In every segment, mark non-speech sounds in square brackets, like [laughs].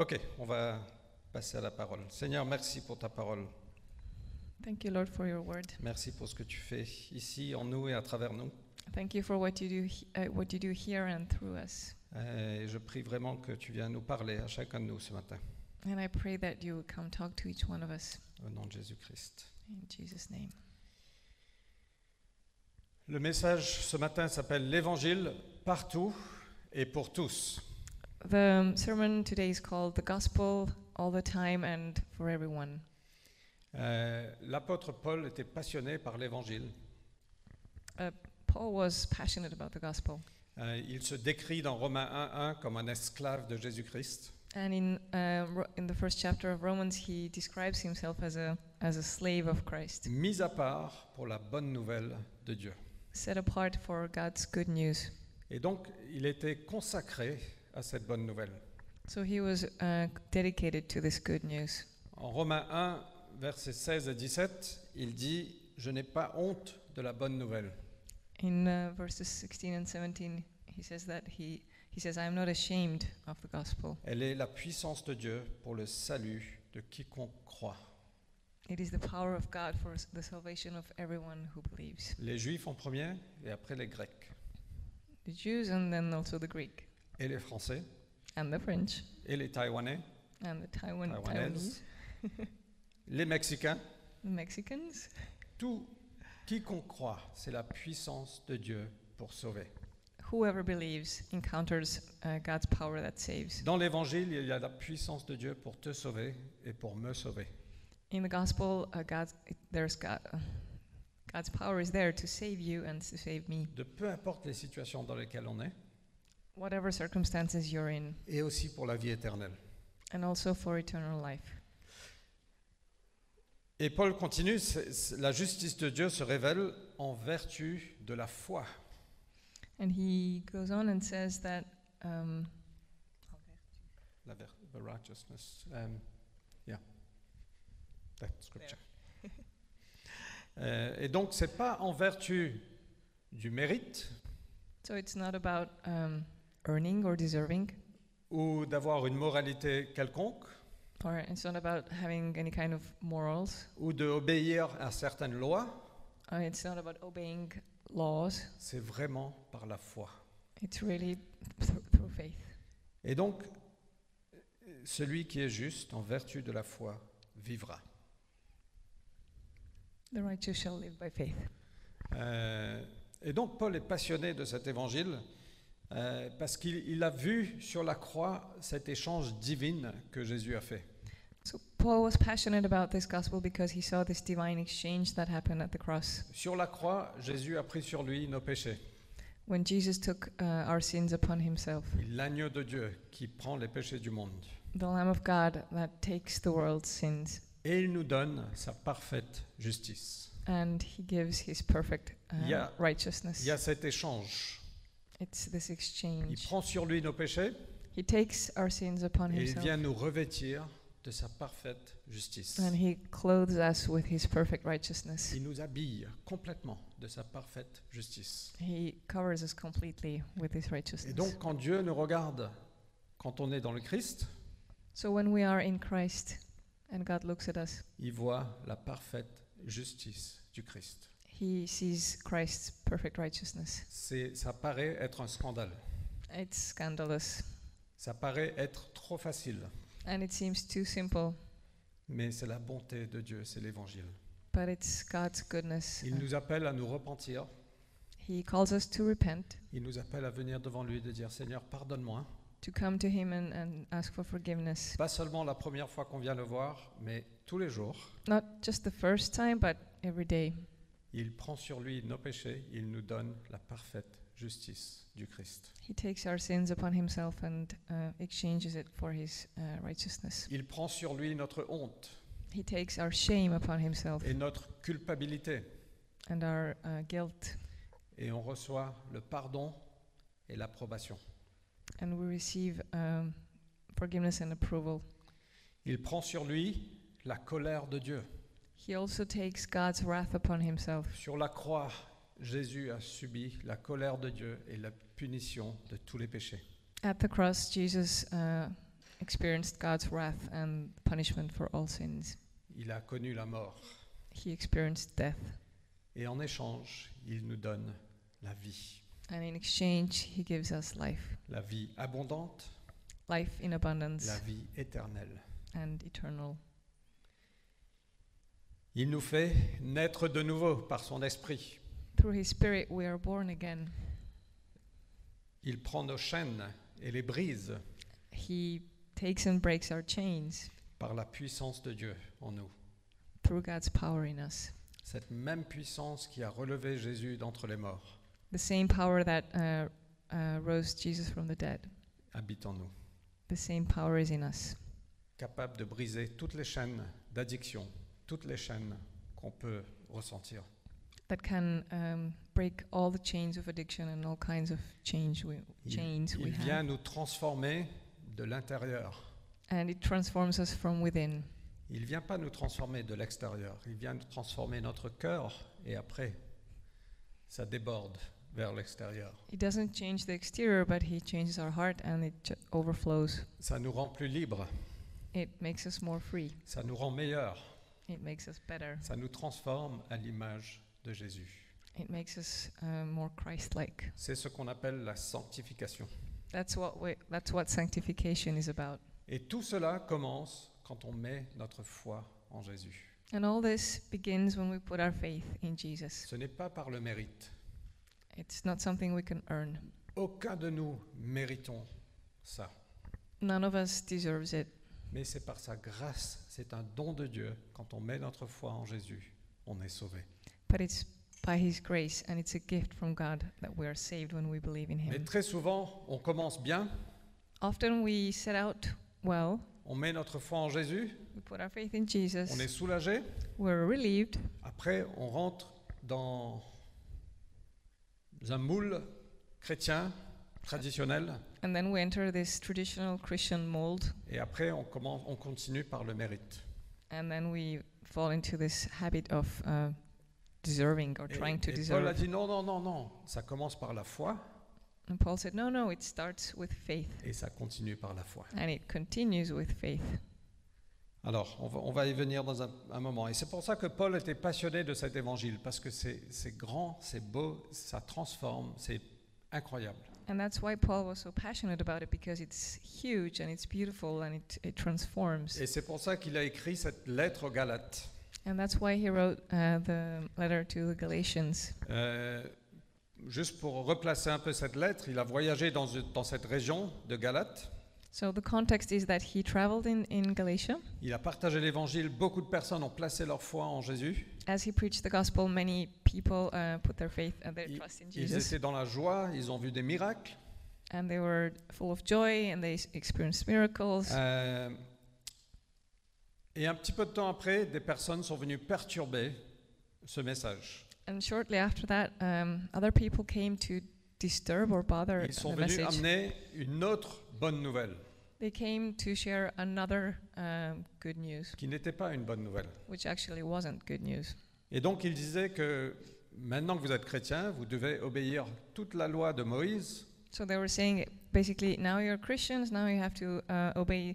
OK, on va passer à la parole. Seigneur, merci pour ta parole. Thank you, Lord, for your word. Merci pour ce que tu fais ici, en nous et à travers nous. Thank you for what you do, he- uh, what you do here and through us. Euh, Et je prie vraiment que tu viennes nous parler à chacun de nous ce matin. And I pray that you will come talk to each one of us Au nom de Jésus-Christ. in Jesus' name. Le message ce matin s'appelle L'Évangile partout et pour tous. The um, sermon today is called "The Gospel All the Time and for Everyone." Euh, L'apôtre Paul était passionné par l'Évangile. Paul was passionate about the gospel, Euh, il se décrit dans Romains 1.1 comme un esclave de Jésus-Christ. and in uh, Ro- in the first chapter of Romans, he describes himself as a as a slave of Christ, mis à part pour la bonne nouvelle de Dieu. set apart for God's good news. Et donc, il était consacré à cette bonne nouvelle. So he was uh, dedicated to this good news. En Romains 1, versets 16 et 17, il dit Je n'ai pas honte de la bonne nouvelle, In uh, verses 16 and 17, he says that he, he says, I am not ashamed of the gospel. elle est la puissance de Dieu pour le salut de quiconque croit. It is the power of God for s- the salvation of everyone who believes. Les Juifs en premier, et après les Grecs, The Jews and then also the Greek et les Français, and the French et les Taïwanais, and the Taiwan, Taïwanaises. Taiwanese, les Mexicains, the Mexicans. tout quiconque croit, c'est la puissance de Dieu pour sauver. Whoever believes encounters uh, God's power that saves. Dans l'évangile, il y a la puissance de Dieu pour te sauver et pour me sauver. In the gospel, uh, God's, it- there's God, God's power is there to save you and to save me, De peu importe les situations dans lesquelles on est, whatever circumstances you're in, et aussi pour la vie éternelle. and also for eternal life. Et Paul continue, c'est- c'est- la justice de Dieu se révèle en vertu de la foi. And he goes on and says that um, La ver- the righteousness. um, yeah. That scripture. Euh, et donc, c'est pas en vertu du mérite so it's not about um, earning or deserving, ou d'avoir une moralité quelconque or it's not about having any kind of morals. ou d'obéir à certaines lois, Uh, it's not about obeying laws. c'est vraiment par la foi. It's really through, through faith. Et donc, euh, celui qui est juste en vertu de la foi vivra. The righteous shall live by faith. Euh, et donc, Paul est passionné de cet évangile euh, parce qu'il il a vu sur la croix cet échange divin que Jésus a fait. So Paul was passionate about this gospel because he saw this divine exchange that happened at the cross. Sur la croix, Jésus a pris sur lui nos péchés. When Jesus took uh, our sins upon himself, L'agneau de Dieu qui prend les péchés du monde. the Lamb of God that takes the world's sins, Et il nous donne sa parfaite justice. and he gives his perfect uh, Yeah. righteousness. Il y a cet échange. It's this Il exchange. prend sur lui nos péchés He takes our sins upon et il himself vient nous revêtir de sa parfaite justice. and he clothes us with his perfect righteousness. Il nous habille complètement de sa parfaite justice. He covers us completely with his Et righteousness. donc quand Dieu nous regarde, quand on est dans le Christ, so when we are in Christ and God looks at us, il voit la parfaite justice du Christ. he sees Christ's perfect righteousness. C'est, ça paraît être un scandale. It's scandalous Ça paraît être trop facile. and it seems too simple, Mais c'est la bonté de Dieu, c'est l'évangile. but it's God's goodness. Il Uh, nous appelle à nous repentir. he calls us to repent, Il nous appelle à venir devant lui et de dire Seigneur, pardonne-moi. to come to him and, and ask for forgiveness. Pas seulement la première fois qu'on vient le voir, mais tous les jours. Not just the first time, but every day. Il prend sur lui nos péchés, il nous donne la parfaite justice du Christ. He takes our sins upon himself and uh, exchanges it for his uh, righteousness. Il prend sur lui notre honte He takes our shame upon himself et notre culpabilité and our uh, guilt, et on reçoit le pardon et l'approbation. and we receive um, forgiveness and approval. Il prend sur lui la colère de Dieu. He also takes God's wrath upon himself. Sur la croix, Jésus a subi la colère de Dieu et la punition de tous les péchés. At the cross, Jesus uh, experienced God's wrath and punishment for all sins. Il a connu la mort. He experienced death. Et en échange, il nous donne la vie. And in exchange, He gives us life La vie abondante, life in abundance la vie éternelle. and eternal. Il nous fait naître de nouveau par son esprit. Through His Spirit, we are born again. Il prend nos chaînes et les brise He takes and breaks our chains par la puissance de Dieu en nous. through God's power in us. Cette même puissance qui a relevé Jésus d'entre les morts The same power that uh, uh, rose Jesus from the dead, habite en nous, the same power is in us, capable de briser toutes les chaînes d'addiction, toutes les chaînes qu'on peut ressentir. that can um, break all the chains of addiction and all kinds of change we, Il- chains we Il have. vient nous transformer de l'intérieur. And it transforms us from within. Il vient pas nous transformer de l'extérieur, il vient nous transformer notre cœur et après, ça déborde vers l'extérieur. It doesn't change the exterior, but He changes our heart and it ch- overflows. Ça nous rend plus libres, It makes us more free, ça nous rend meilleurs, it makes us better, ça nous transforme à l'image de Jésus. it makes us uh, more Christ like. C'est ce qu'on appelle la sanctification. That's what, we, that's what sanctification is about. Et tout cela commence quand on met notre foi en Jésus. And all this begins when we put our faith in Jesus. Ce n'est pas par le mérite. It's not something we can earn. Aucun de nous méritons ça. None of us deserves it, Mais c'est par sa grâce, c'est un don de Dieu. Quand on met notre foi en Jésus, on est sauvé. but it's by His grace and it's a gift from God that we are saved when we believe in Mais Him. très souvent, on commence bien, Often we set out well, on met notre foi en Jésus, we put our faith on in est Jesus, soulagé. we're relieved, Après, on rentre dans un moule chrétien traditionnel. and then we enter this traditional Christian mold, Et après, on, commence, on continue par le mérite. and then we fall into this habit of uh, deserving or Et, trying to et Eh, Paul a deserve. dit non, non, non, non. Ça commence par la foi And Paul said, No, no, it starts with faith. et ça continue par la foi. And it continues with faith. Alors, on va, on va y venir dans un, un moment. Et c'est pour ça que Paul était passionné de cet évangile, parce que c'est c'est grand, c'est beau, ça transforme, c'est incroyable. And that's why Paul was so passionate about it because it's huge and it's beautiful and it, it transforms. Et c'est pour ça qu'il a écrit cette lettre aux Galates. And that's why he wrote uh, the letter to the Galatians. Euh, juste pour replacer un peu cette lettre, il a voyagé dans, une- dans cette région de Galate. So the context is that he traveled in, in Galatia. Il a partagé l'évangile. Beaucoup de personnes ont placé leur foi en Jésus. As he preached the gospel, many people uh, put their faith and their I- trust in Ils Jesus. étaient dans la joie, ils ont vu des miracles. And they were full of joy and they s- experienced miracles. Euh, et un petit peu de temps après, des personnes sont venues perturber ce message. And shortly after that, um, other people came to disturb or bother Ils sont the venus message. amener une autre bonne nouvelle, They came to share another um, good news, qui n'était pas une bonne nouvelle. which actually wasn't good news. Et donc ils disaient que maintenant que vous êtes chrétien, vous devez obéir toute la loi de Moïse, So they were saying basically, now you're Christians, now you have to uh, obey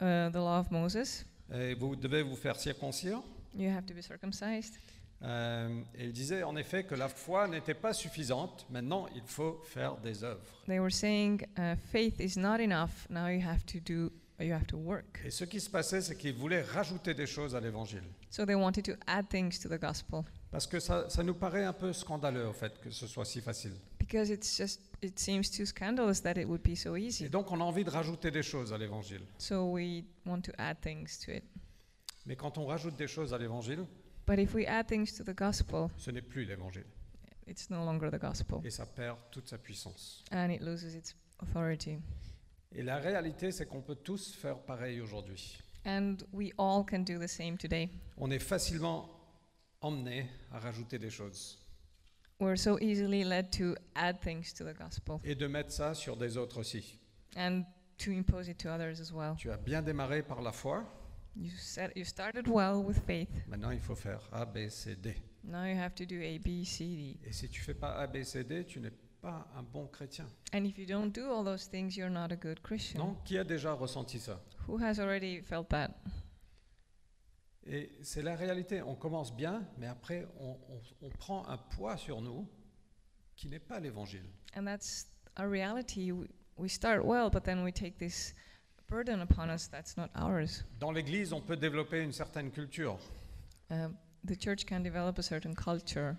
uh, the law of Moses, et vous devez vous faire circoncire. you have to be circumcised. Euh, et ils disaient en effet que la foi n'était pas suffisante, maintenant il faut faire des œuvres. They were saying uh, faith is not enough, now you have to do, you have to work. Et ce qui se passait, c'est qu'ils voulaient rajouter des choses à l'évangile. So they wanted to add things to the gospel Parce que ça, ça nous paraît un peu scandaleux, en fait, que ce soit si facile. because it's just, it seems too scandalous that it would be so Et easy. donc, on a envie de rajouter des choses à l'évangile. So we want to add things to it. Mais quand on rajoute des choses à l'évangile, But if we add things to the gospel, ce n'est plus l'évangile. it's no longer the gospel. Et ça perd toute sa puissance. and it loses its authority. Et la réalité, c'est qu'on peut tous faire pareil aujourd'hui. And we all can do the same today. On est facilement emmené à rajouter des choses We're so easily led to add things to the gospel et de mettre ça sur des autres aussi. and to impose it to others as well. Tu as bien démarré par la foi, You said you started well with faith. maintenant il faut faire A, B, C, D. Now you have to do A, B, C, D. Et si tu fais pas A, B, C, D, tu n'es pas un bon chrétien. And if you don't do all those things, you're not a good Christian. Non, qui a déjà ressenti ça Who has already felt that? Et c'est la réalité. On commence bien, mais après, on, on- on prend un poids sur nous qui n'est pas l'évangile. And that's a reality. We- We start well, but then we take this burden upon us that's not ours. Dans l'Église, on peut développer une certaine culture. Um, the church can develop a certain culture,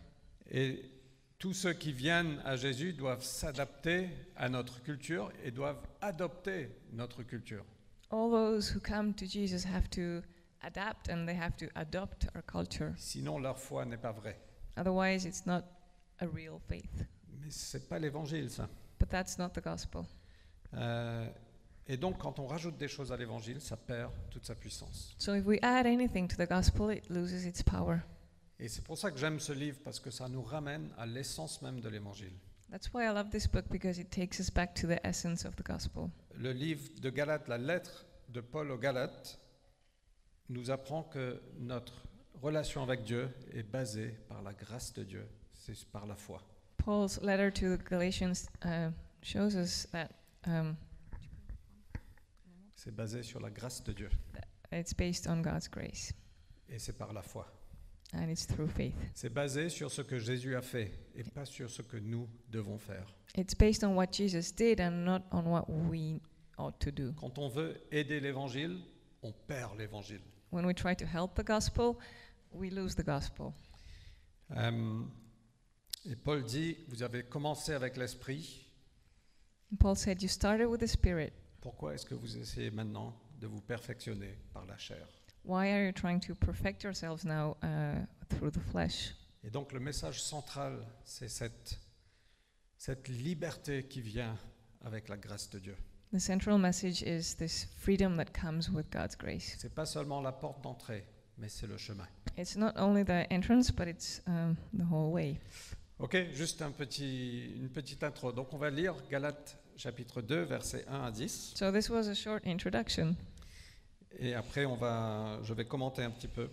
Et tous ceux qui viennent à Jésus doivent s'adapter à notre culture et doivent adopter notre culture. all those who come to Jesus have to adapt and they have to adopt our culture. Sinon, leur foi n'est pas vraie. Otherwise, it's not a real faith. Mais ce n'est pas l'évangile, ça. But that's not the gospel. Euh, et donc, quand on rajoute des choses à l'évangile, ça perd toute sa puissance. So if we add anything to the gospel, it loses its power. Et c'est pour ça que j'aime ce livre, parce que ça nous ramène à l'essence même de l'évangile. That's why I love this book because it takes us back to the essence of the gospel. Le livre de Galates, la lettre de Paul aux Galates, nous apprend que notre relation avec Dieu est basée par la grâce de Dieu, c'est par la foi. Paul's letter to the Galatians uh, shows us that um, C'est basé sur la grâce de Dieu it's based on God's grace et c'est par la foi. and it's through faith. C'est basé sur ce que Jésus a fait et pas sur ce que nous devons faire. It's based on what Jesus did and not on what we ought to do. Quand on veut aider l'évangile, on perd l'évangile. When we try to help the gospel, we lose the gospel. Euh, et Paul dit, vous avez commencé avec l'esprit, And Paul said, You started with the Spirit. pourquoi est-ce que vous essayez maintenant de vous perfectionner par la chair Why are you trying to perfect yourselves now uh, through the flesh? Et donc le message central, c'est cette, cette liberté qui vient avec la grâce de Dieu. The central message is this freedom that comes with God's grace. C'est pas seulement la porte d'entrée, mais c'est le chemin. It's not only the entrance, but it's um, the whole way. Ok, juste un petit, une petite intro. Donc on va lire Galates chapitre 2, versets 1 à 10. So this was a short introduction. Et après, on va, je vais commenter un petit peu.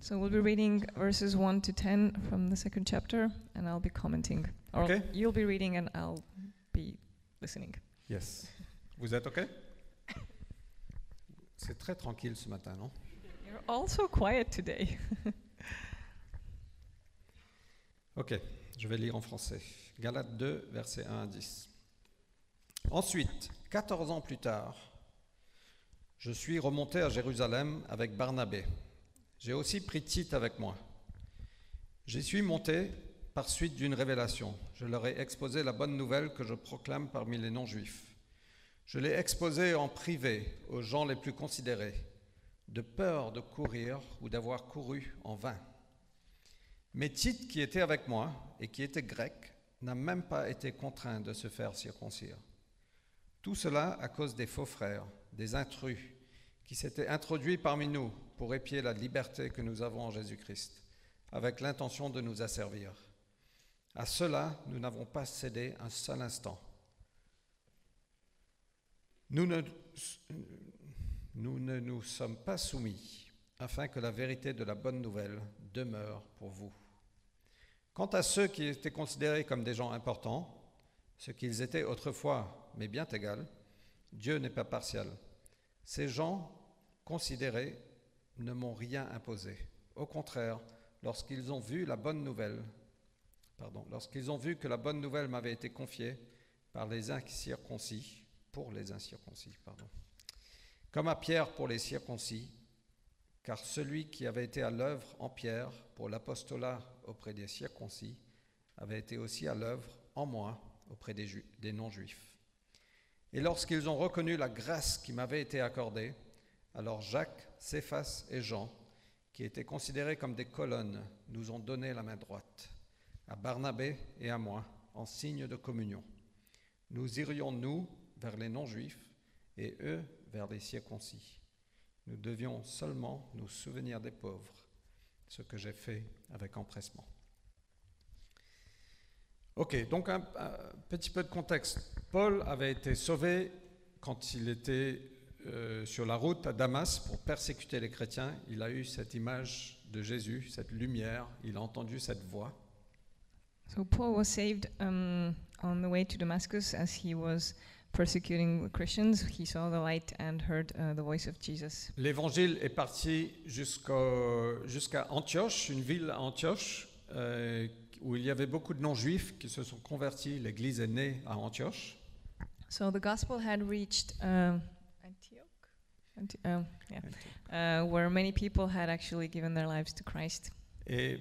So we'll be reading verses 1 to 10 from the second chapter, and I'll be commenting. Or Okay. you'll be reading, and I'll be listening. Yes. Vous êtes ok C'est très tranquille ce matin, non You're all so quiet today. Ok, je vais lire en français. Galates 2, versets 1 à 10. Ensuite, 14 ans plus tard, je suis remonté à Jérusalem avec Barnabé. J'ai aussi pris Tite avec moi. J'y suis monté par suite d'une révélation. Je leur ai exposé la bonne nouvelle que je proclame parmi les non-juifs. Je l'ai exposée en privé aux gens les plus considérés, de peur de courir ou d'avoir couru en vain. Mais Tite, qui était avec moi et qui était grec, n'a même pas été contraint de se faire circoncire. Tout cela à cause des faux frères, des intrus, qui s'étaient introduits parmi nous pour épier la liberté que nous avons en Jésus-Christ, avec l'intention de nous asservir. À cela, nous n'avons pas cédé un seul instant. Nous ne, nous ne nous sommes pas soumis afin que la vérité de la bonne nouvelle demeure pour vous. Quant à ceux qui étaient considérés comme des gens importants, ce qu'ils étaient autrefois, mais bien égal, Dieu n'est pas partial. Ces gens considérés ne m'ont rien imposé. Au contraire, lorsqu'ils ont vu la bonne nouvelle, pardon, lorsqu'ils ont vu que la bonne nouvelle m'avait été confiée par les incirconcis, pour les incirconcis, pardon, comme à Pierre pour les circoncis, car celui qui avait été à l'œuvre en Pierre pour l'apostolat auprès des circoncis avait été aussi à l'œuvre en moi auprès des, Ju- des non-juifs. Et lorsqu'ils ont reconnu la grâce qui m'avait été accordée, alors Jacques, Céphas et Jean, qui étaient considérés comme des colonnes, nous ont donné la main droite, à Barnabé et à moi, en signe de communion. Nous irions, nous, vers les non-juifs et eux, vers les circoncis. Nous devions seulement nous souvenir des pauvres, ce que j'ai fait avec empressement. Ok, donc un, un petit peu de contexte. Paul avait été sauvé quand il était euh, sur la route à Damas pour persécuter les chrétiens. Il a eu cette image de Jésus, cette lumière, il a entendu cette voix. So Paul was saved um, on the way to Damascus as he was persecuting the Christians. He saw the light and heard uh, the voice of Jesus. L'évangile est parti jusqu'au- jusqu'à Antioche, une ville à Antioche, euh, où il y avait beaucoup de non-juifs qui se sont convertis. L'église est née à Antioche. So the gospel had reached uh, Antioch, Anti- um, yeah, uh, where many people had actually given their lives to Christ. Et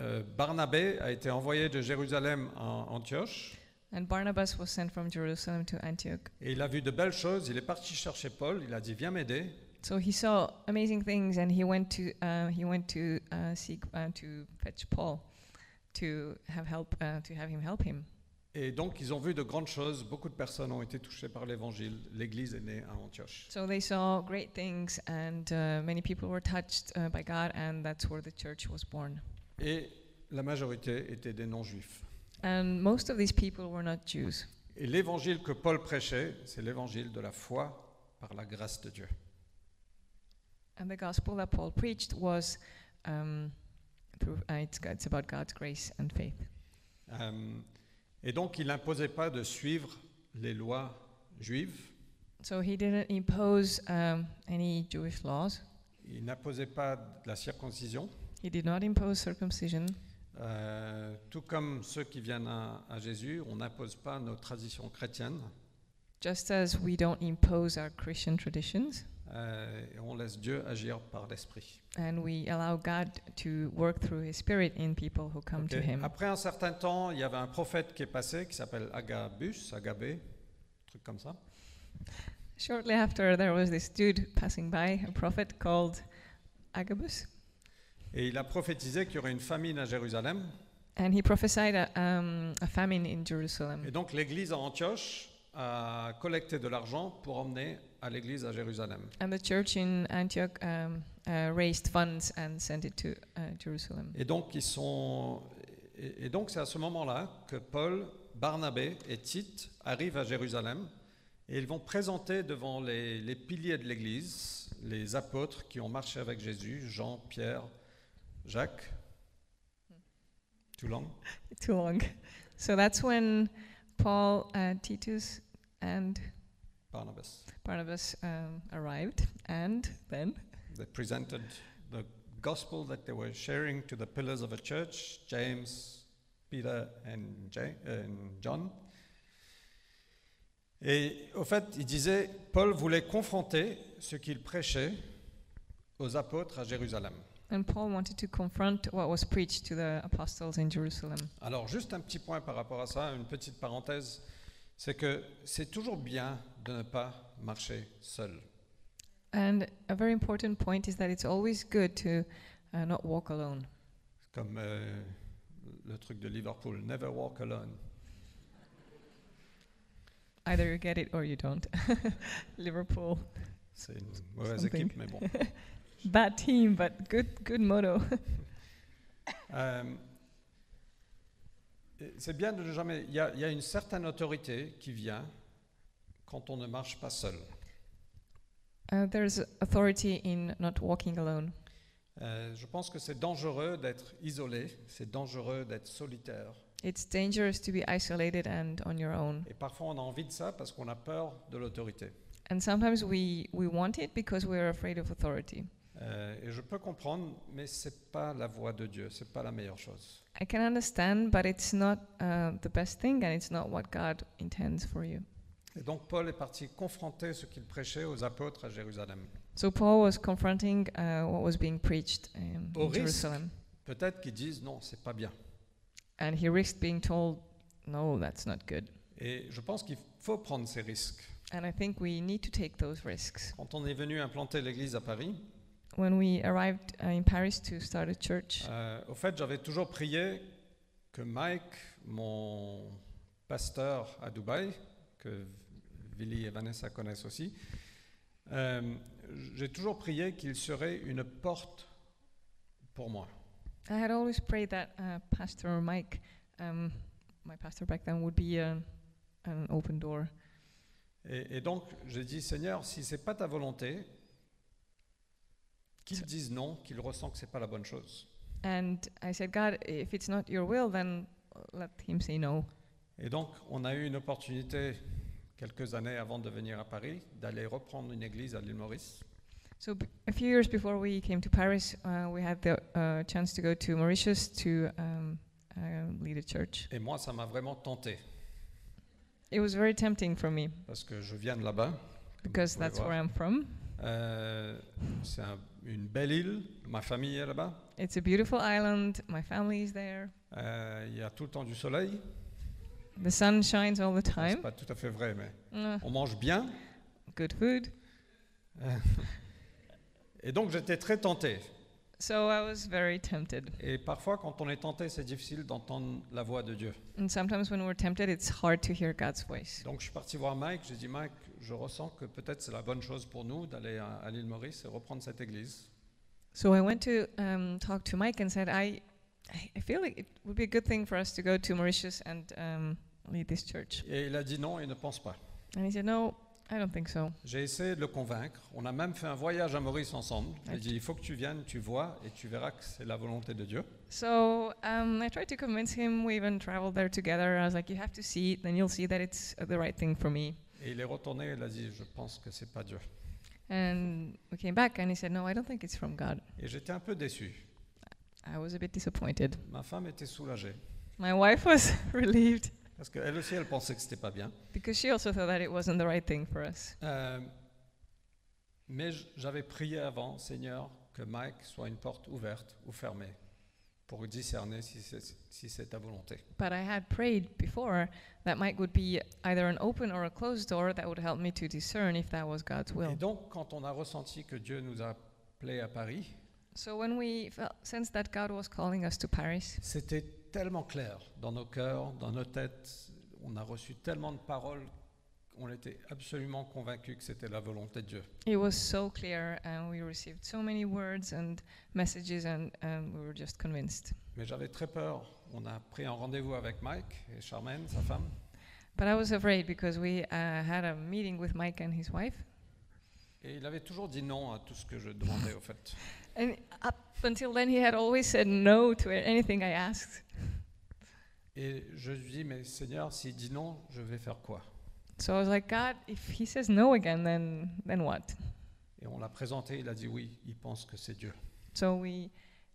euh, Barnabé a été envoyé de Jérusalem à Antioche. And Barnabas was sent from Jerusalem to Antioch. Et il a vu de belles choses. Il est parti chercher Paul. Il a dit Viens m'aider. So he saw amazing things, and he went to uh, he went to uh, seek uh, to fetch Paul, to have help uh, to have him help him. Et donc, ils ont vu de grandes choses. Beaucoup de personnes ont été touchées par l'évangile. L'église est née à Antioche. So they saw great things, and uh, many people were touched uh, by God, and that's where the church was born. Et la majorité étaient des non-juifs. And most of these people were not Jews. Et l'évangile que Paul prêchait, c'est l'évangile de la foi par la grâce de Dieu. And the gospel that Paul preached was um, through, uh, it's, it's about God's grace and faith. Euh, et donc, il n'imposait pas de suivre les lois juives. So he didn't impose um, any Jewish laws. Il n'imposait pas de la circoncision. He did not impose circumcision. Euh, tout comme ceux qui viennent à, à Jésus, on n'impose pas nos traditions chrétiennes. Just as we don't impose our Christian traditions, Euh, et on laisse Dieu agir par l'esprit. and we allow God to work through His Spirit in people who come to Ok. Him. Après un certain temps, il y avait un prophète qui est passé qui s'appelle Agabus, Agabé, un truc comme ça. Shortly after, there was this dude passing by, a prophet called Agabus, Et il a prophétisé qu'il y aurait une famine à Jérusalem. and he prophesied a, um, a famine in Et Jerusalem. donc l'église à Antioche a collecté de l'argent pour emmener à l'église à Jérusalem. And the church in Antioch um, uh, raised funds and sent it to uh, Jerusalem. Et donc ils sont et et donc c'est à ce moment-là que Paul, Barnabé et Tite arrivent à Jérusalem et ils vont présenter devant les, les piliers de l'église les apôtres qui ont marché avec Jésus, Jean, Pierre, Jacques. Too long. Too long. So that's when Paul, uh, Titus, and Barnabas. Barnabas um, arrived, and then They presented the gospel that they were sharing to the pillars of a church, James, Peter and, Ja- and John. Et au fait, il disait, Paul voulait confronter ce qu'il prêchait aux apôtres à Jérusalem. and Paul wanted to confront what was preached to the apostles in Jerusalem. Alors juste un petit point par rapport à ça, une petite parenthèse, c'est que c'est toujours bien de ne pas marcher seul. And a very important point is that it's always good to uh, not walk alone. Comme euh, le truc de Liverpool, Never Walk Alone. Either you get it or you don't. [laughs] Liverpool, C'est une mauvaise Something. équipe, mais bon. bad team, but good, good motto. [laughs] Euh, c'est bien de ne jamais. Il y, a il y a une certaine autorité qui vient quand on ne marche pas seul. Uh, there's authority in not walking alone. Euh, je pense que c'est dangereux d'être isolé, c'est dangereux d'être solitaire. It's dangerous to be isolated and on your own. Et parfois on a envie de ça parce qu'on a peur de l'autorité. And sometimes we, we want it because we're afraid of authority. Euh, et je peux comprendre, mais c'est pas la voie de Dieu, c'est pas la meilleure chose. I can understand, but it's not uh, the best thing and it's not what God intends for you. Et donc Paul est parti confronter ce qu'il prêchait aux apôtres à Jérusalem. So Paul was confronting uh, what was being preached um, Au in risque. Jerusalem. Peut-être qu'ils disent non, c'est pas bien. And he risked being told, no, that's not good. Et je pense qu'il faut prendre ces risques. And I think we need to take those risks. Quand on est venu implanter l'église à Paris, When we arrived uh, in Paris to start a church, Euh, au fait, j'avais toujours prié que Mike, mon pasteur à Dubaï, que Vili et Vanessa connaissent aussi, euh, j'ai toujours prié qu'il serait une porte pour moi. I had always prayed that uh, Pastor Mike, um, my pastor back then, would be an, an open door. Et, et donc, j'ai dit, Seigneur, si c'est pas ta volonté, qu'il Ça- dise non, qu'il ressent que c'est pas la bonne chose. And I said, God, if it's not your will, then uh, let him say no. Et donc, on a eu une opportunité quelques années avant de venir à Paris d'aller reprendre une église à l'île Maurice. So b- a few years before we came to Paris, uh, we had the uh, chance to go to Mauritius to um, uh, lead a church. Et moi, ça m'a vraiment tenté It was very tempting for me parce que je viens de là-bas. because pouvez that's voir. where I'm from. Euh, c'est un- une belle île. Ma famille est là-bas. It's a beautiful island. My family is there. Euh, Il y a tout le temps du soleil. The sun shines all the Enfin, C'est time. pas tout à fait vrai, mais Uh, on mange bien. good food. Et donc, j'étais très tenté. So I was very tempted. Et parfois, quand on est tenté, c'est difficile d'entendre la voix de Dieu. And sometimes when we're tempted, it's hard to hear God's voice. Donc, je suis parti voir Mike. J'ai dit, Mike, je ressens que peut-être c'est la bonne chose pour nous d'aller à, à l'île Maurice et reprendre cette église. So I went to um, talk to Mike and said, I, I I feel like it would be a good thing for us to go to Mauritius and um, lead this church. Et il a dit non, il ne pense pas. And he said, No, I don't think so. J'ai essayé de le convaincre. On a même fait un voyage à Maurice ensemble. J'ai Ok. dit, il faut que tu viennes, tu vois, et tu verras que c'est la volonté de Dieu. So um, I tried to convince him. We even traveled there together. I was like, You have to see it, then you'll see that it's uh, the right thing for me. Et il est retourné, il a dit, je pense que c'est pas Dieu. And we came back, and he said, No, I don't think it's from God. Et j'étais un peu déçu. I was a bit disappointed. Ma femme était soulagée, My wife was [laughs] relieved parce qu'elle aussi, elle pensait que c'était pas bien. because she also thought that it wasn't the right thing for us. Euh, mais j- j'avais prié avant, Seigneur, que Mike soit une porte ouverte ou fermée pour discerner si c'est si c'est ta volonté. But I had prayed before that Mike would be either an open or a closed door that would help me to discern if that was God's Et will. donc, quand on a ressenti que Dieu nous a appelés à Paris, So when we felt, sensed that God was calling us to Paris, c'était tellement clair dans nos cœurs, dans nos têtes. On a reçu tellement de paroles, on était absolument convaincus que c'était la volonté de Dieu. it was so clear, and we received so many words and messages, and um, we were just convinced. Mais j'avais très peur. On a pris un rendez-vous avec Mike et Charmaine, sa femme. But I was afraid because we uh, had a meeting with Mike and his wife, Et il avait toujours dit non à tout ce que je demandais, au fait. and up until then he had always said no to anything I asked. Et je lui dis, mais Seigneur, s'il dit non, je vais faire quoi So I was like, God, if he says no again, then then what? Et on l'a présenté, il a dit oui, il pense que c'est Dieu. So we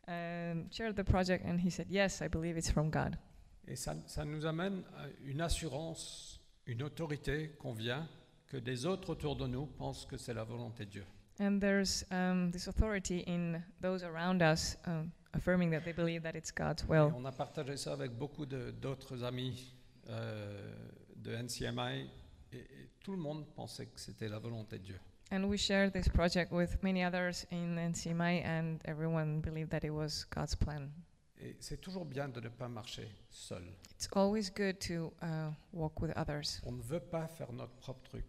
um, shared the project, and he said, Yes, I believe it's from God. Et ça, ça nous amène à une assurance, une autorité qu'on vient, que les autres autour de nous pensent que c'est la volonté de Dieu. And there's um, this authority in those around us um, affirming that they believe that it's God's Et will. on a partagé ça avec beaucoup de- d'autres amis euh, de NCMI, et, et tout le monde pensait que c'était la volonté de Dieu. And we shared this project with many others in NCMI, and everyone believed that it was God's plan. Et c'est toujours bien de ne pas marcher seul. It's always good to uh, walk with others. On ne veut pas faire notre propre truc.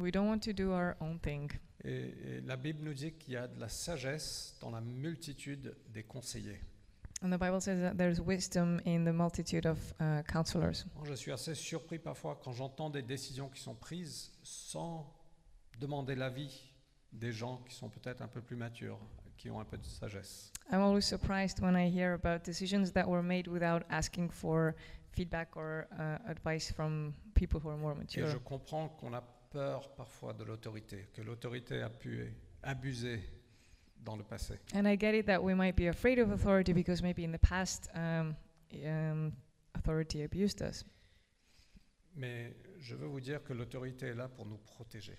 We don't want to do our own thing. Et, et la Bible nous dit qu'il y a de la sagesse dans la multitude des conseillers. And the Bible says that there's wisdom in the multitude of uh, counselors. Moi, je suis assez surpris parfois quand j'entends des décisions qui sont prises sans demander l'avis des gens qui sont peut-être un peu plus matures, qui ont un peu de sagesse. I'm always surprised when I hear about decisions that were made without asking for feedback or uh, advice from people who are more Et mature. je comprends qu'on a peur parfois de l'autorité, que l'autorité a pu abuser dans le passé. And I get it that we might be afraid of authority because maybe in the past um, um, authority abused us. Mais je veux vous dire que l'autorité est là pour nous protéger.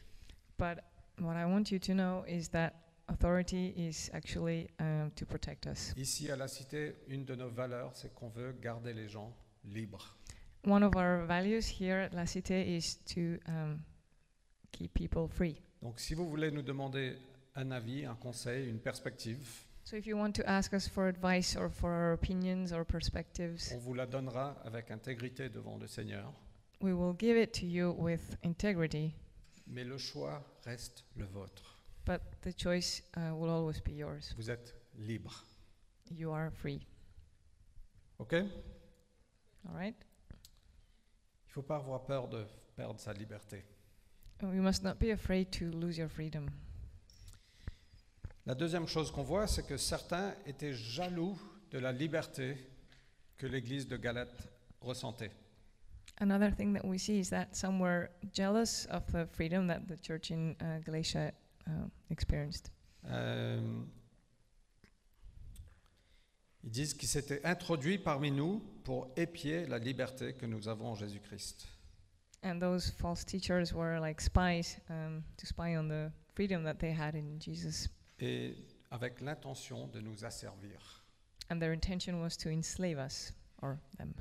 But what I want you to know is that authority is actually um, to protect us. Ici, à la Cité, une de nos valeurs, c'est qu'on veut garder les gens libres. One of our values here at La Cité is to um, keep people free. Donc si vous voulez nous demander un avis, un conseil, une perspective, So if you want to ask us for advice or for our opinions or perspectives, on vous la donnera avec intégrité devant le Seigneur, We will give it to you with integrity, mais le choix reste le vôtre. but the choice uh, will always be yours. Vous êtes libre. You are free, OK Il all right? faut pas avoir peur de perdre sa liberté. And you must not be afraid to lose your freedom. La deuxième chose qu'on voit, c'est que certains étaient jaloux de la liberté que l'église de Galate ressentaient. Another thing that we see is that some were jealous of the freedom that the church in uh, Galatia uh, experienced. Euh, ils disent qu'ils s'étaient introduits parmi nous pour épier la liberté que nous avons en Jésus-Christ. And those false teachers were like spies um, to spy on the freedom that they had in Jesus. Et avec l'intention de nous asservir. And their intention was to enslave us or them.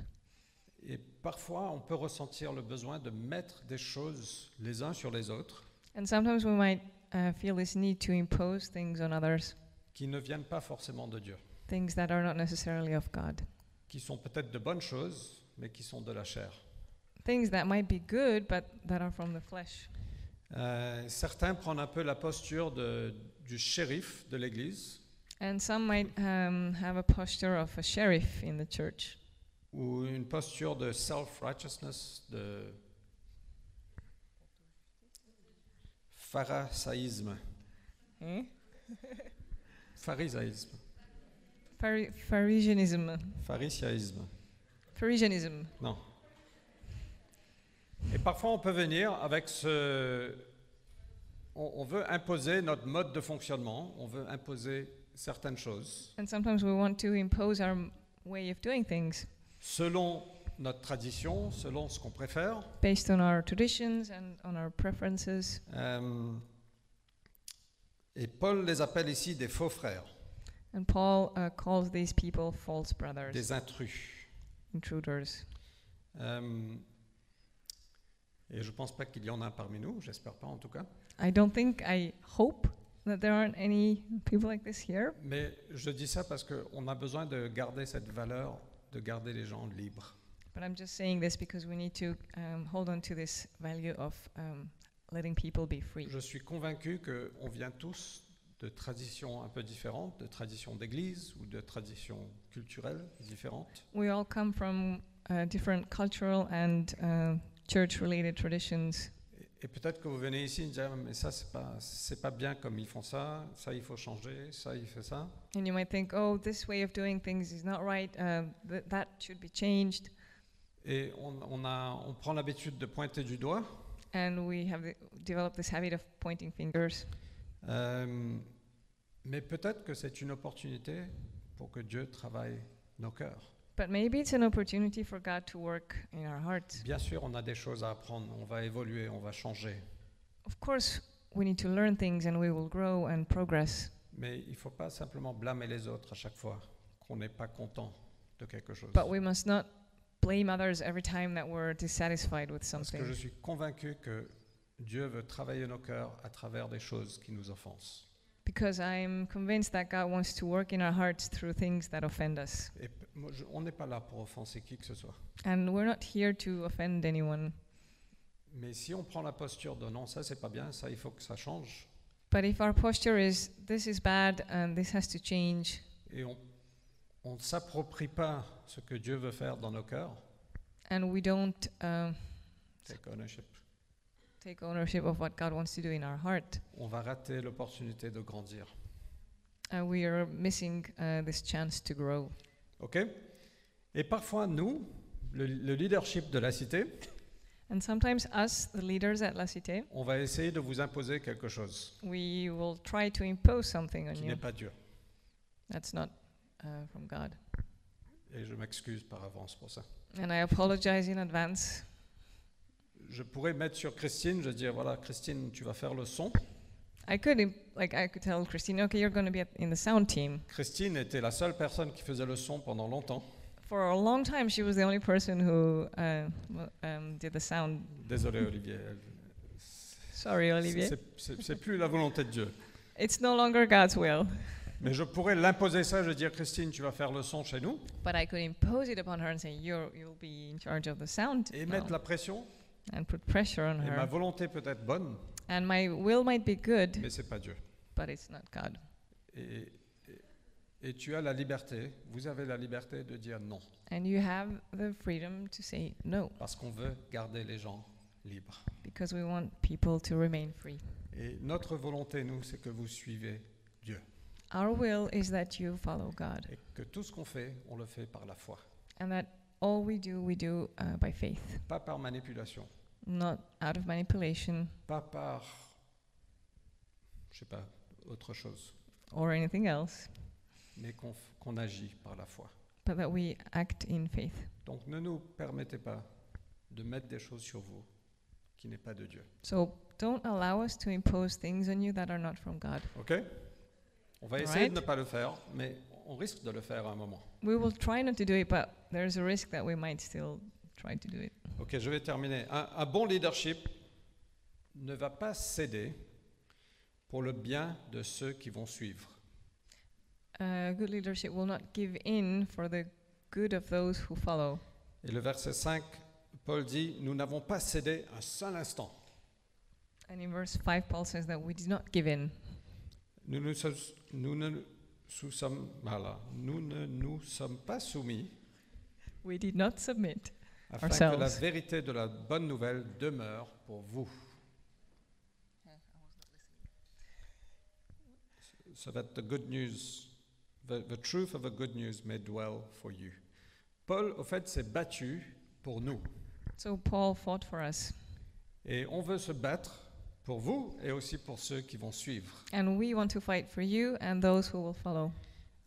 Et parfois, on peut ressentir le besoin de mettre des choses les uns sur les autres And sometimes we might uh, feel this need to impose things on others, qui ne viennent pas forcément de Dieu, things that are not necessarily of God. qui sont peut-être de bonnes choses, mais qui sont de la chair. Things that might be good, but that are from the flesh. Euh, certains prennent un peu la posture de- du shérif de l'Église And some might um, have a posture of a sheriff in the church, ou une posture de self-righteousness, de pharisaïsme. eh? Pharisaïsme. Phari- Pharisianism. Pharisiaïsme. Pharisianism. Non. Et parfois, on peut venir avec ce. On, on veut imposer notre mode de fonctionnement, on veut imposer certaines choses And sometimes we want to impose our m- way of doing things selon notre tradition, selon ce qu'on préfère. based on our traditions and on our preferences. Euh, et Paul les appelle ici des faux frères, And Paul uh, calls these people false brothers, des intrus. intruders. Euh, et je ne pense pas qu'il y en a parmi nous, j'espère pas en tout cas. I don't think, I hope that there aren't any people like this here. Mais je dis ça parce qu'on a besoin de garder cette valeur, de garder les gens libres. But I'm just saying this because we need to um, hold on to this value of um, letting people be free. Je suis convaincu qu'on vient tous de traditions un peu différentes, de traditions d'église ou de traditions culturelles différentes. We all come from uh, different cultural and uh, church related traditions. Et- Et peut-être que vous venez ici et vous dites, Ah, mais ça, c'est pas, c'est pas bien comme ils font ça, ça, il faut changer, ça, il fait ça. And you might think, oh, this way of doing things is not right, uh, th- that should be changed. Et on, on a, on prend l'habitude de pointer du doigt, And we have the- developed this habit of pointing fingers. euh, mais peut-être que c'est une opportunité pour que Dieu travaille nos cœurs. But maybe it's an opportunity for God to work in our hearts. Bien sûr, on a des choses à apprendre, on va évoluer, on va changer, Of course, we need to learn things and we will grow and progress. mais il ne faut pas simplement blâmer les autres à chaque fois qu'on n'est pas content de quelque chose. But we must not blame others every time that we're dissatisfied with Parce que je something. suis convaincu que Dieu veut travailler nos cœurs à travers des choses qui nous offensent. Because I'm convinced that God wants to work in our hearts through things that offend us. Et p- moi, je- on n'est pas là pour offenser qui que ce soit. And we're not here to offend anyone. Mais si on prend la posture de non, ça c'est pas bien, ça il faut que ça change, But if our posture is, this is bad and this has to change, et on, on ne s'approprie pas ce que Dieu veut faire dans nos cœurs, and we don't um, take ownership, take ownership of what God wants to do in our heart, on va rater l'opportunité de grandir. uh, we are missing uh, this chance to grow. OK Et parfois, nous, le, le leadership de la cité, And sometimes, us, the leaders at La Cité, on va essayer de vous imposer quelque chose we will try to impose something on qui you n'est pas Dieu. that's not uh, from God. Et je m'excuse par avance pour ça. And I apologize in advance. Je pourrais mettre sur Christine, je dire voilà, Christine, tu vas faire le son. I could, imp- like, I could tell Christine, okay, you're going to be at, in the sound team. Christine était la seule personne qui faisait le son pendant longtemps. For a long time, she was the only person who uh, mo- um, did the sound. Désolé, Olivier. elle- Sorry, Olivier. c'est- C'est c'est plus la volonté de Dieu. It's no longer God's will. Mais je pourrais l'imposer ça, je dire Christine, tu vas faire le son chez nous But I could impose it upon her and say, You're, you'll be in charge of the sound et now," mettre la pression. and put pressure on Et ma her. volonté peut être bonne, And my will might be good, mais c'est pas Dieu. but it's not God. Et, et- et tu as la liberté, vous avez la liberté de dire non, And you have the freedom to say no, parce qu'on veut garder les gens libres. because we want people to remain free. Et notre volonté, nous, c'est que vous suivez Dieu. Our will is that you follow God Et que tout ce qu'on fait, on le fait par la foi. and that all we do, we do uh, by faith, pas par manipulation, not out of manipulation pas par, je sais pas, autre chose, or anything else, mais qu'on f- qu'on agit par la foi. but that we act in faith. Donc ne nous permettez pas de mettre des choses sur vous qui n'est pas de Dieu. So don't allow us to impose things on you that are not from God. OK On va essayer Alright. de ne pas le faire, mais on risque de le faire à un moment. We will try not to do it, but there's a risk that we might still try to do it. Ok, je vais terminer. Un, un bon leadership ne va pas céder pour le bien de ceux qui vont suivre. Uh, good leadership will not give in for the good of those who follow. Et le verset 5, Paul dit, nous n'avons pas cédé un seul instant. And in verse 5, Paul says that we did not give in. Nous, nous sommes- nous ne nous sommes, voilà, nous ne nous sommes pas soumis We did not submit afin que Ourselves. la vérité de la bonne nouvelle demeure pour vous. So that the good news, the, the truth of the good news may dwell for you. Paul, au fait, s'est battu pour nous. So Paul fought for us. Et on veut se battre pour vous et aussi pour ceux qui vont suivre. And we want to fight for you and those who will follow.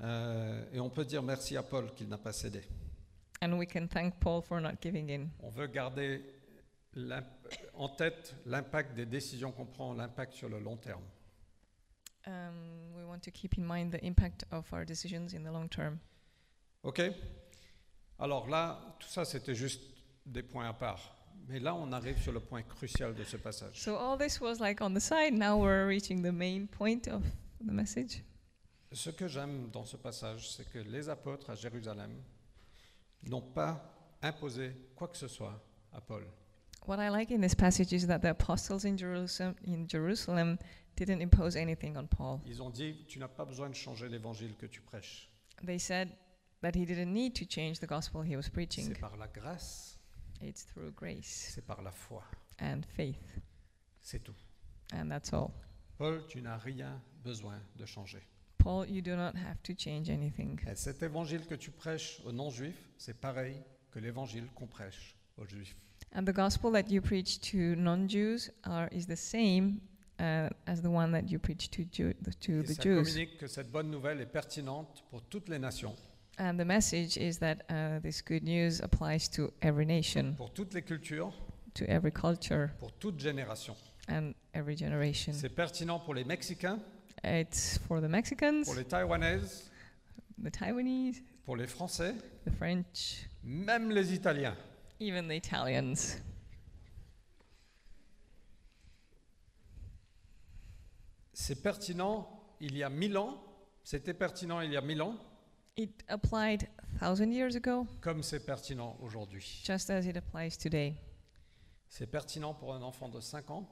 Euh, et on peut dire merci à Paul qu'il n'a pas cédé. And we can thank Paul for not giving in. On veut garder l'imp- en tête l'impact des décisions qu'on prend, l'impact sur le long terme. Um, we want to keep in mind the impact of our decisions in the long term. OK Alors là, tout ça, c'était juste des points à part. Mais là, on arrive sur le point crucial de ce passage. So all this was like on the side. Now we're reaching the main point of the message. Ce que j'aime dans ce passage, c'est que les apôtres à Jérusalem n'ont pas imposé quoi que ce soit à Paul. What I like in this passage is that the apostles in Jerusalem, in Jerusalem didn't impose anything on Paul. Ils ont dit, tu n'as pas besoin de changer l'évangile que tu prêches. They said that he didn't need to change the gospel he was preaching. C'est par la grâce, It's through grace c'est par la foi. and faith, C'est tout. and that's all. Paul, tu n'as rien besoin de changer. Paul, you do not have to change anything. Et cet évangile que tu prêches aux non-juifs, c'est pareil que l'évangile qu'on prêche aux juifs. And the gospel that you preach to non-Jews are is the same uh, as the one that you preach to Jew, to Et the ça Jews. communique que cette bonne nouvelle est pertinente pour toutes les nations, And the message is that uh, this good news applies to every nation, pour toutes les cultures, to every culture, pour toute génération. and every generation. C'est pertinent pour les Mexicains, It's for the pour Mexicans, les Taïwanaises, the Taiwanese, pour les Français, the French, même les Italiens. even the Italians. C'est pertinent il y a mille ans, c'était pertinent il y a mille ans, It applied thousand years ago, comme c'est pertinent aujourd'hui. just as it applies today. C'est pertinent pour un enfant de 5 ans,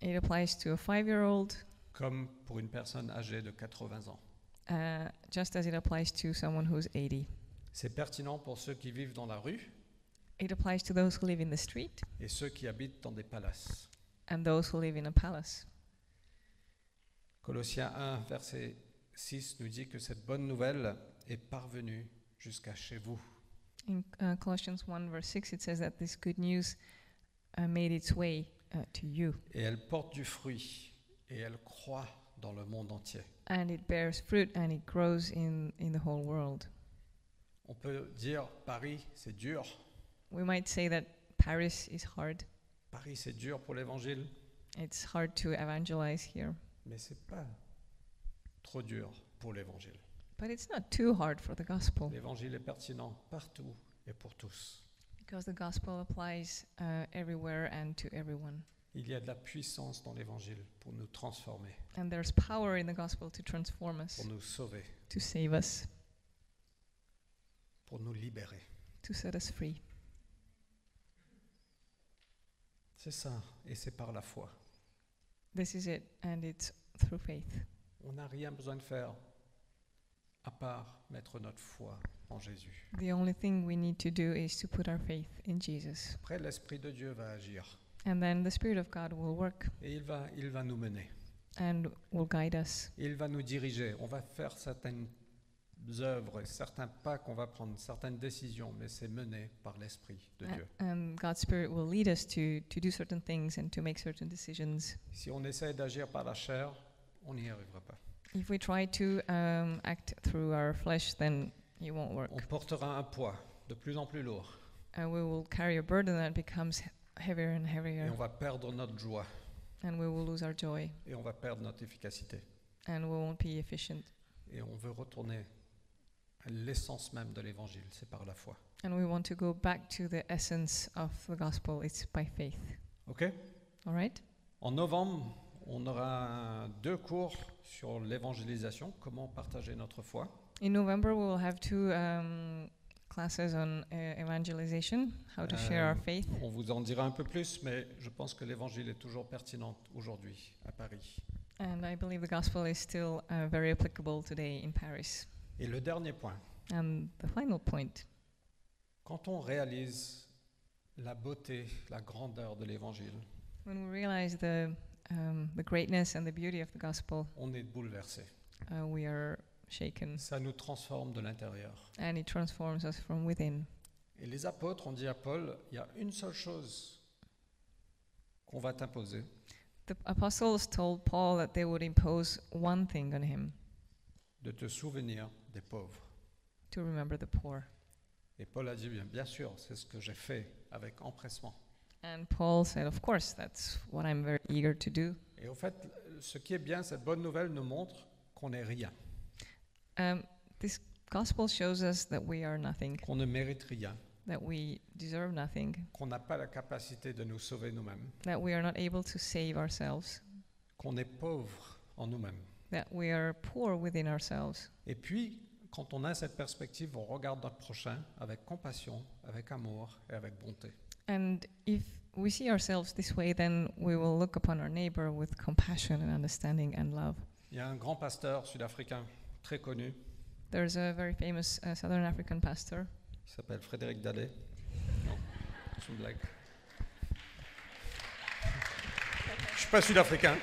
It applies to a five-year-old, comme pour une personne âgée de 80 ans. uh, just as it applies to someone who's 80. C'est pertinent pour ceux qui vivent dans la rue It applies to those who live in the street et ceux qui habitent dans des palaces. and those who live in a palace. Colossiens 1, verset 6 nous dit que cette bonne nouvelle est parvenue jusqu'à chez vous. In uh, Colossians 1, verse 6, it says that this good news uh, made its way uh, to you, Et elle porte du fruit et elle croît dans le monde entier. and it bears fruit and it grows in, in the whole world. On peut dire Paris, c'est dur. We might say that Paris is hard. Paris, c'est dur pour l'évangile, It's hard to evangelize here, mais c'est pas trop dur pour l'évangile. but it's not too hard for the gospel L'évangile est pertinent partout et pour tous. because the gospel applies uh, everywhere and to everyone. Il y a de la puissance dans l'évangile pour nous transformer, And there's power in the gospel to transform us, pour nous sauver, to save us, pour nous libérer. to set us free. C'est ça, et c'est par la foi. This is it, and it's through faith. On n'a rien besoin de faire à part mettre notre foi en Jésus. The only thing we need to do is to put our faith in Jesus. Après, l'Esprit de Dieu va agir And then the Spirit of God will work et il va, il va nous mener, and will guide us. il va nous diriger. On va faire certaines œuvres, certains pas qu'on va prendre, certaines décisions, mais c'est mené par l'Esprit de A- Dieu. Um, God's Spirit will lead us to, to do certain things and to make certain decisions. Si on essaie d'agir par la chair, on n'y arrivera pas. If we try to um, act through our flesh, then it won't work. On portera un poids de plus en plus lourd And we will carry a burden that becomes he- heavier and et heavier, on va perdre notre joie and we will lose our joy, et on va perdre notre efficacité. and we won't be efficient. Et on veut retourner à l'essence même de l'évangile, c'est par la foi. And we want to go back to the essence of the gospel. It's by faith. OK All right. En novembre, on aura un- deux cours sur l'évangélisation, comment partager notre foi. In November, we will have two um, classes on uh, evangelization, how to share our Um, faith. On vous en dira un peu plus, mais je pense que l'évangile est toujours pertinent aujourd'hui à Paris. And I believe the gospel is still uh, very applicable today in Paris. Et le dernier point, And the final point quand on réalise la beauté, la grandeur de l'évangile, when we realize the, um, the greatness and the beauty of the gospel, on est bouleversé. uh, we are shaken Ça nous transforme de l'intérieur. and it transforms us from within. Et les apôtres ont dit à Paul, il y a une seule chose qu'on va t'imposer, The apostles told Paul that they would impose one thing on him de te souvenir des pauvres. to remember the poor. Et Paul a dit, bien, bien sûr, c'est ce que j'ai fait avec empressement. And Paul said, Of course, that's what I'm very eager to do. Et au fait, ce qui est bien, cette bonne nouvelle nous montre qu'on n'est rien, Um, this gospel shows us that we are nothing, qu'on ne mérite rien, that we deserve nothing, qu'on n'a pas la capacité de nous sauver nous-mêmes, that we are not able to save ourselves, qu'on est pauvre en nous-mêmes. that we are poor within ourselves. Et puis, quand on a cette perspective, on regarde notre prochain avec compassion, avec amour et avec bonté. And if we see ourselves this way, then we will look upon our neighbor with compassion and understanding and love. Il y a un grand pasteur sud-africain très connu, There's a very famous uh, Southern African pastor. il s'appelle Frédéric Dallet. Non, c'est une blague. Je suis pas sud-africain,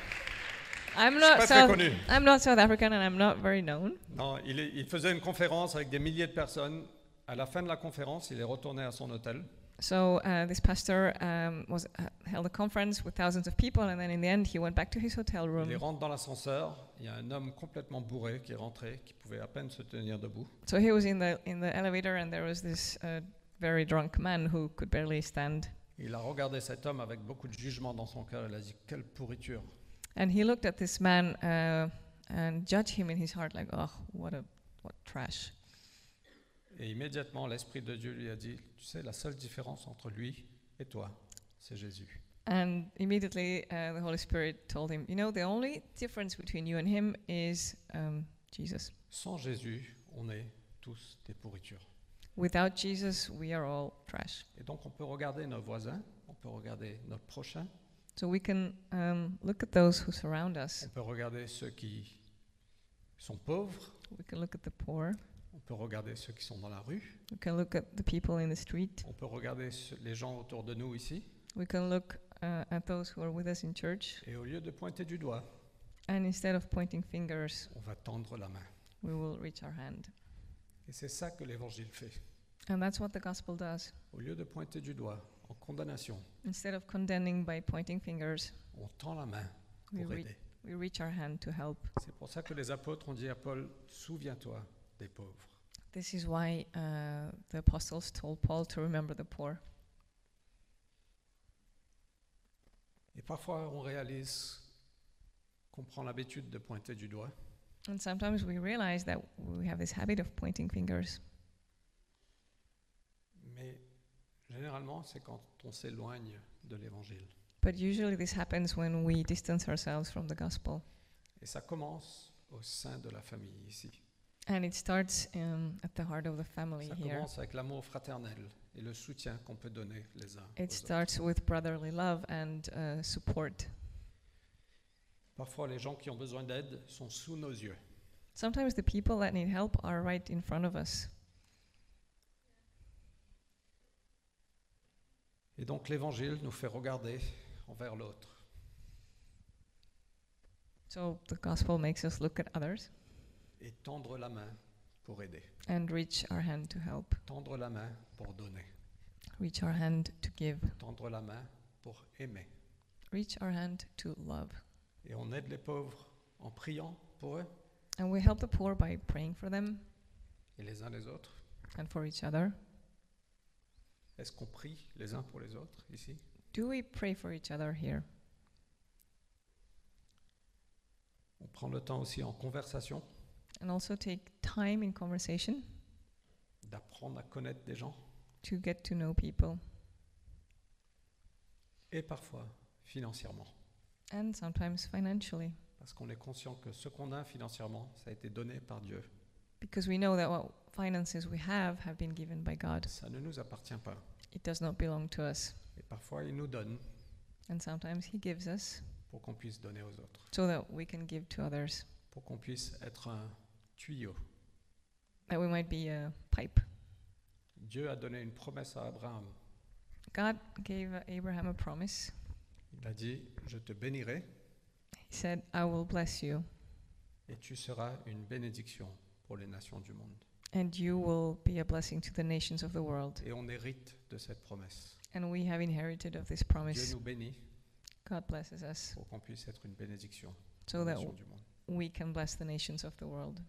je I'm suis not pas très South, connu. I'm not South African and I'm not very known. Non, il, est- il faisait une conférence avec des milliers de personnes. À la fin de la conférence, il est retourné à son hôtel. So uh, this pastor um, was uh, held a conference with thousands of people, and then in the end, he went back to his hotel room. Il rentre dans l'ascenseur. Il y a un homme complètement bourré qui est rentré, qui pouvait à peine se tenir debout. So he was in the in the elevator, and there was this uh, very drunk man who could barely stand. Il a regardé cet homme avec beaucoup de jugement dans son cœur. Il a dit Quelle pourriture And he looked at this man uh, and judged him in his heart, like, "Oh, what a what trash!" Et immédiatement, l'Esprit de Dieu lui a dit Tu sais, la seule différence entre lui et toi, c'est Jésus. And immediately uh, the Holy Spirit told him, "You know, the only difference between you and him is um, Jesus. Sans Jésus, on est tous des pourritures. Without Jesus, we are all trash." Et donc, on peut regarder nos voisins, on peut regarder notre prochain, So we can um, look at those who surround us. on peut regarder ceux qui sont pauvres, We can look at the poor. On peut regarder ceux qui sont dans la rue, We can look at the people in the street. on peut regarder ce- les gens autour de nous ici, We can look uh, at those who are with us in church. et au lieu de pointer du doigt, And instead of pointing fingers, on va tendre la main. we will reach our hand. Et c'est ça que l'Évangile fait. And that's what the gospel does. Au lieu de pointer du doigt en condamnation, Instead of condemning by pointing fingers, on tend la main we, pour re- aider. we reach our hand to help. C'est pour ça que les apôtres ont dit à Paul, souviens-toi des pauvres. This is why uh, the apostles told Paul to remember the poor. Et parfois, on réalise qu'on prend l'habitude de pointer du doigt, And sometimes we realize that we have this habit of pointing fingers. mais généralement, c'est quand on s'éloigne de l'Évangile. But usually this happens when we distance ourselves from the gospel. Et ça commence au sein de la famille ici. And it starts um, at the heart of the family Ça here. commence avec l'amour fraternel et le soutien qu'on peut donner les uns. It aux autres. starts with brotherly love and uh, support. Parfois, les gens qui ont besoin d'aide sont sous nos yeux. Sometimes the people that need help are right in front of us. Et donc, l'évangile nous fait regarder envers l'autre. So the gospel makes us look at others Et tendre la main pour aider. and reach our hand to help, Tendre la main pour donner. reach our hand to give, Tendre la main pour aimer. reach our hand to love. Et on aide les pauvres en priant pour eux And we help the poor by praying for them et les uns les autres. and for each other. Est-ce qu'on prie les uns pour les autres ici Do we pray for each other here? On prend le temps aussi en conversation And also take time in conversation d'apprendre à connaître des gens to get to know people et parfois financièrement. and sometimes financially Parce qu'on est conscient que ce qu'on a financièrement, ça a été donné par Dieu. because we know that what finances we have have been given by God. Ça ne nous appartient pas. It does not belong to us. Et parfois, il nous donne And sometimes He gives us pour qu'on puisse donner aux autres, so that we can give to others, pour qu'on puisse être un tuyau. that we might be a pipe. Dieu a donné une promesse à Abraham. God gave uh, Abraham a promise. Il a dit, je te bénirai He said, I will bless you, et tu seras une bénédiction pour les nations du monde. and you will be a blessing to the nations of the world. Et on hérite de cette promesse. And we have inherited of this Dieu promise. nous bénit God blesses us pour qu'on puisse être une bénédiction so aux that nations du monde. we can bless the nations of the world.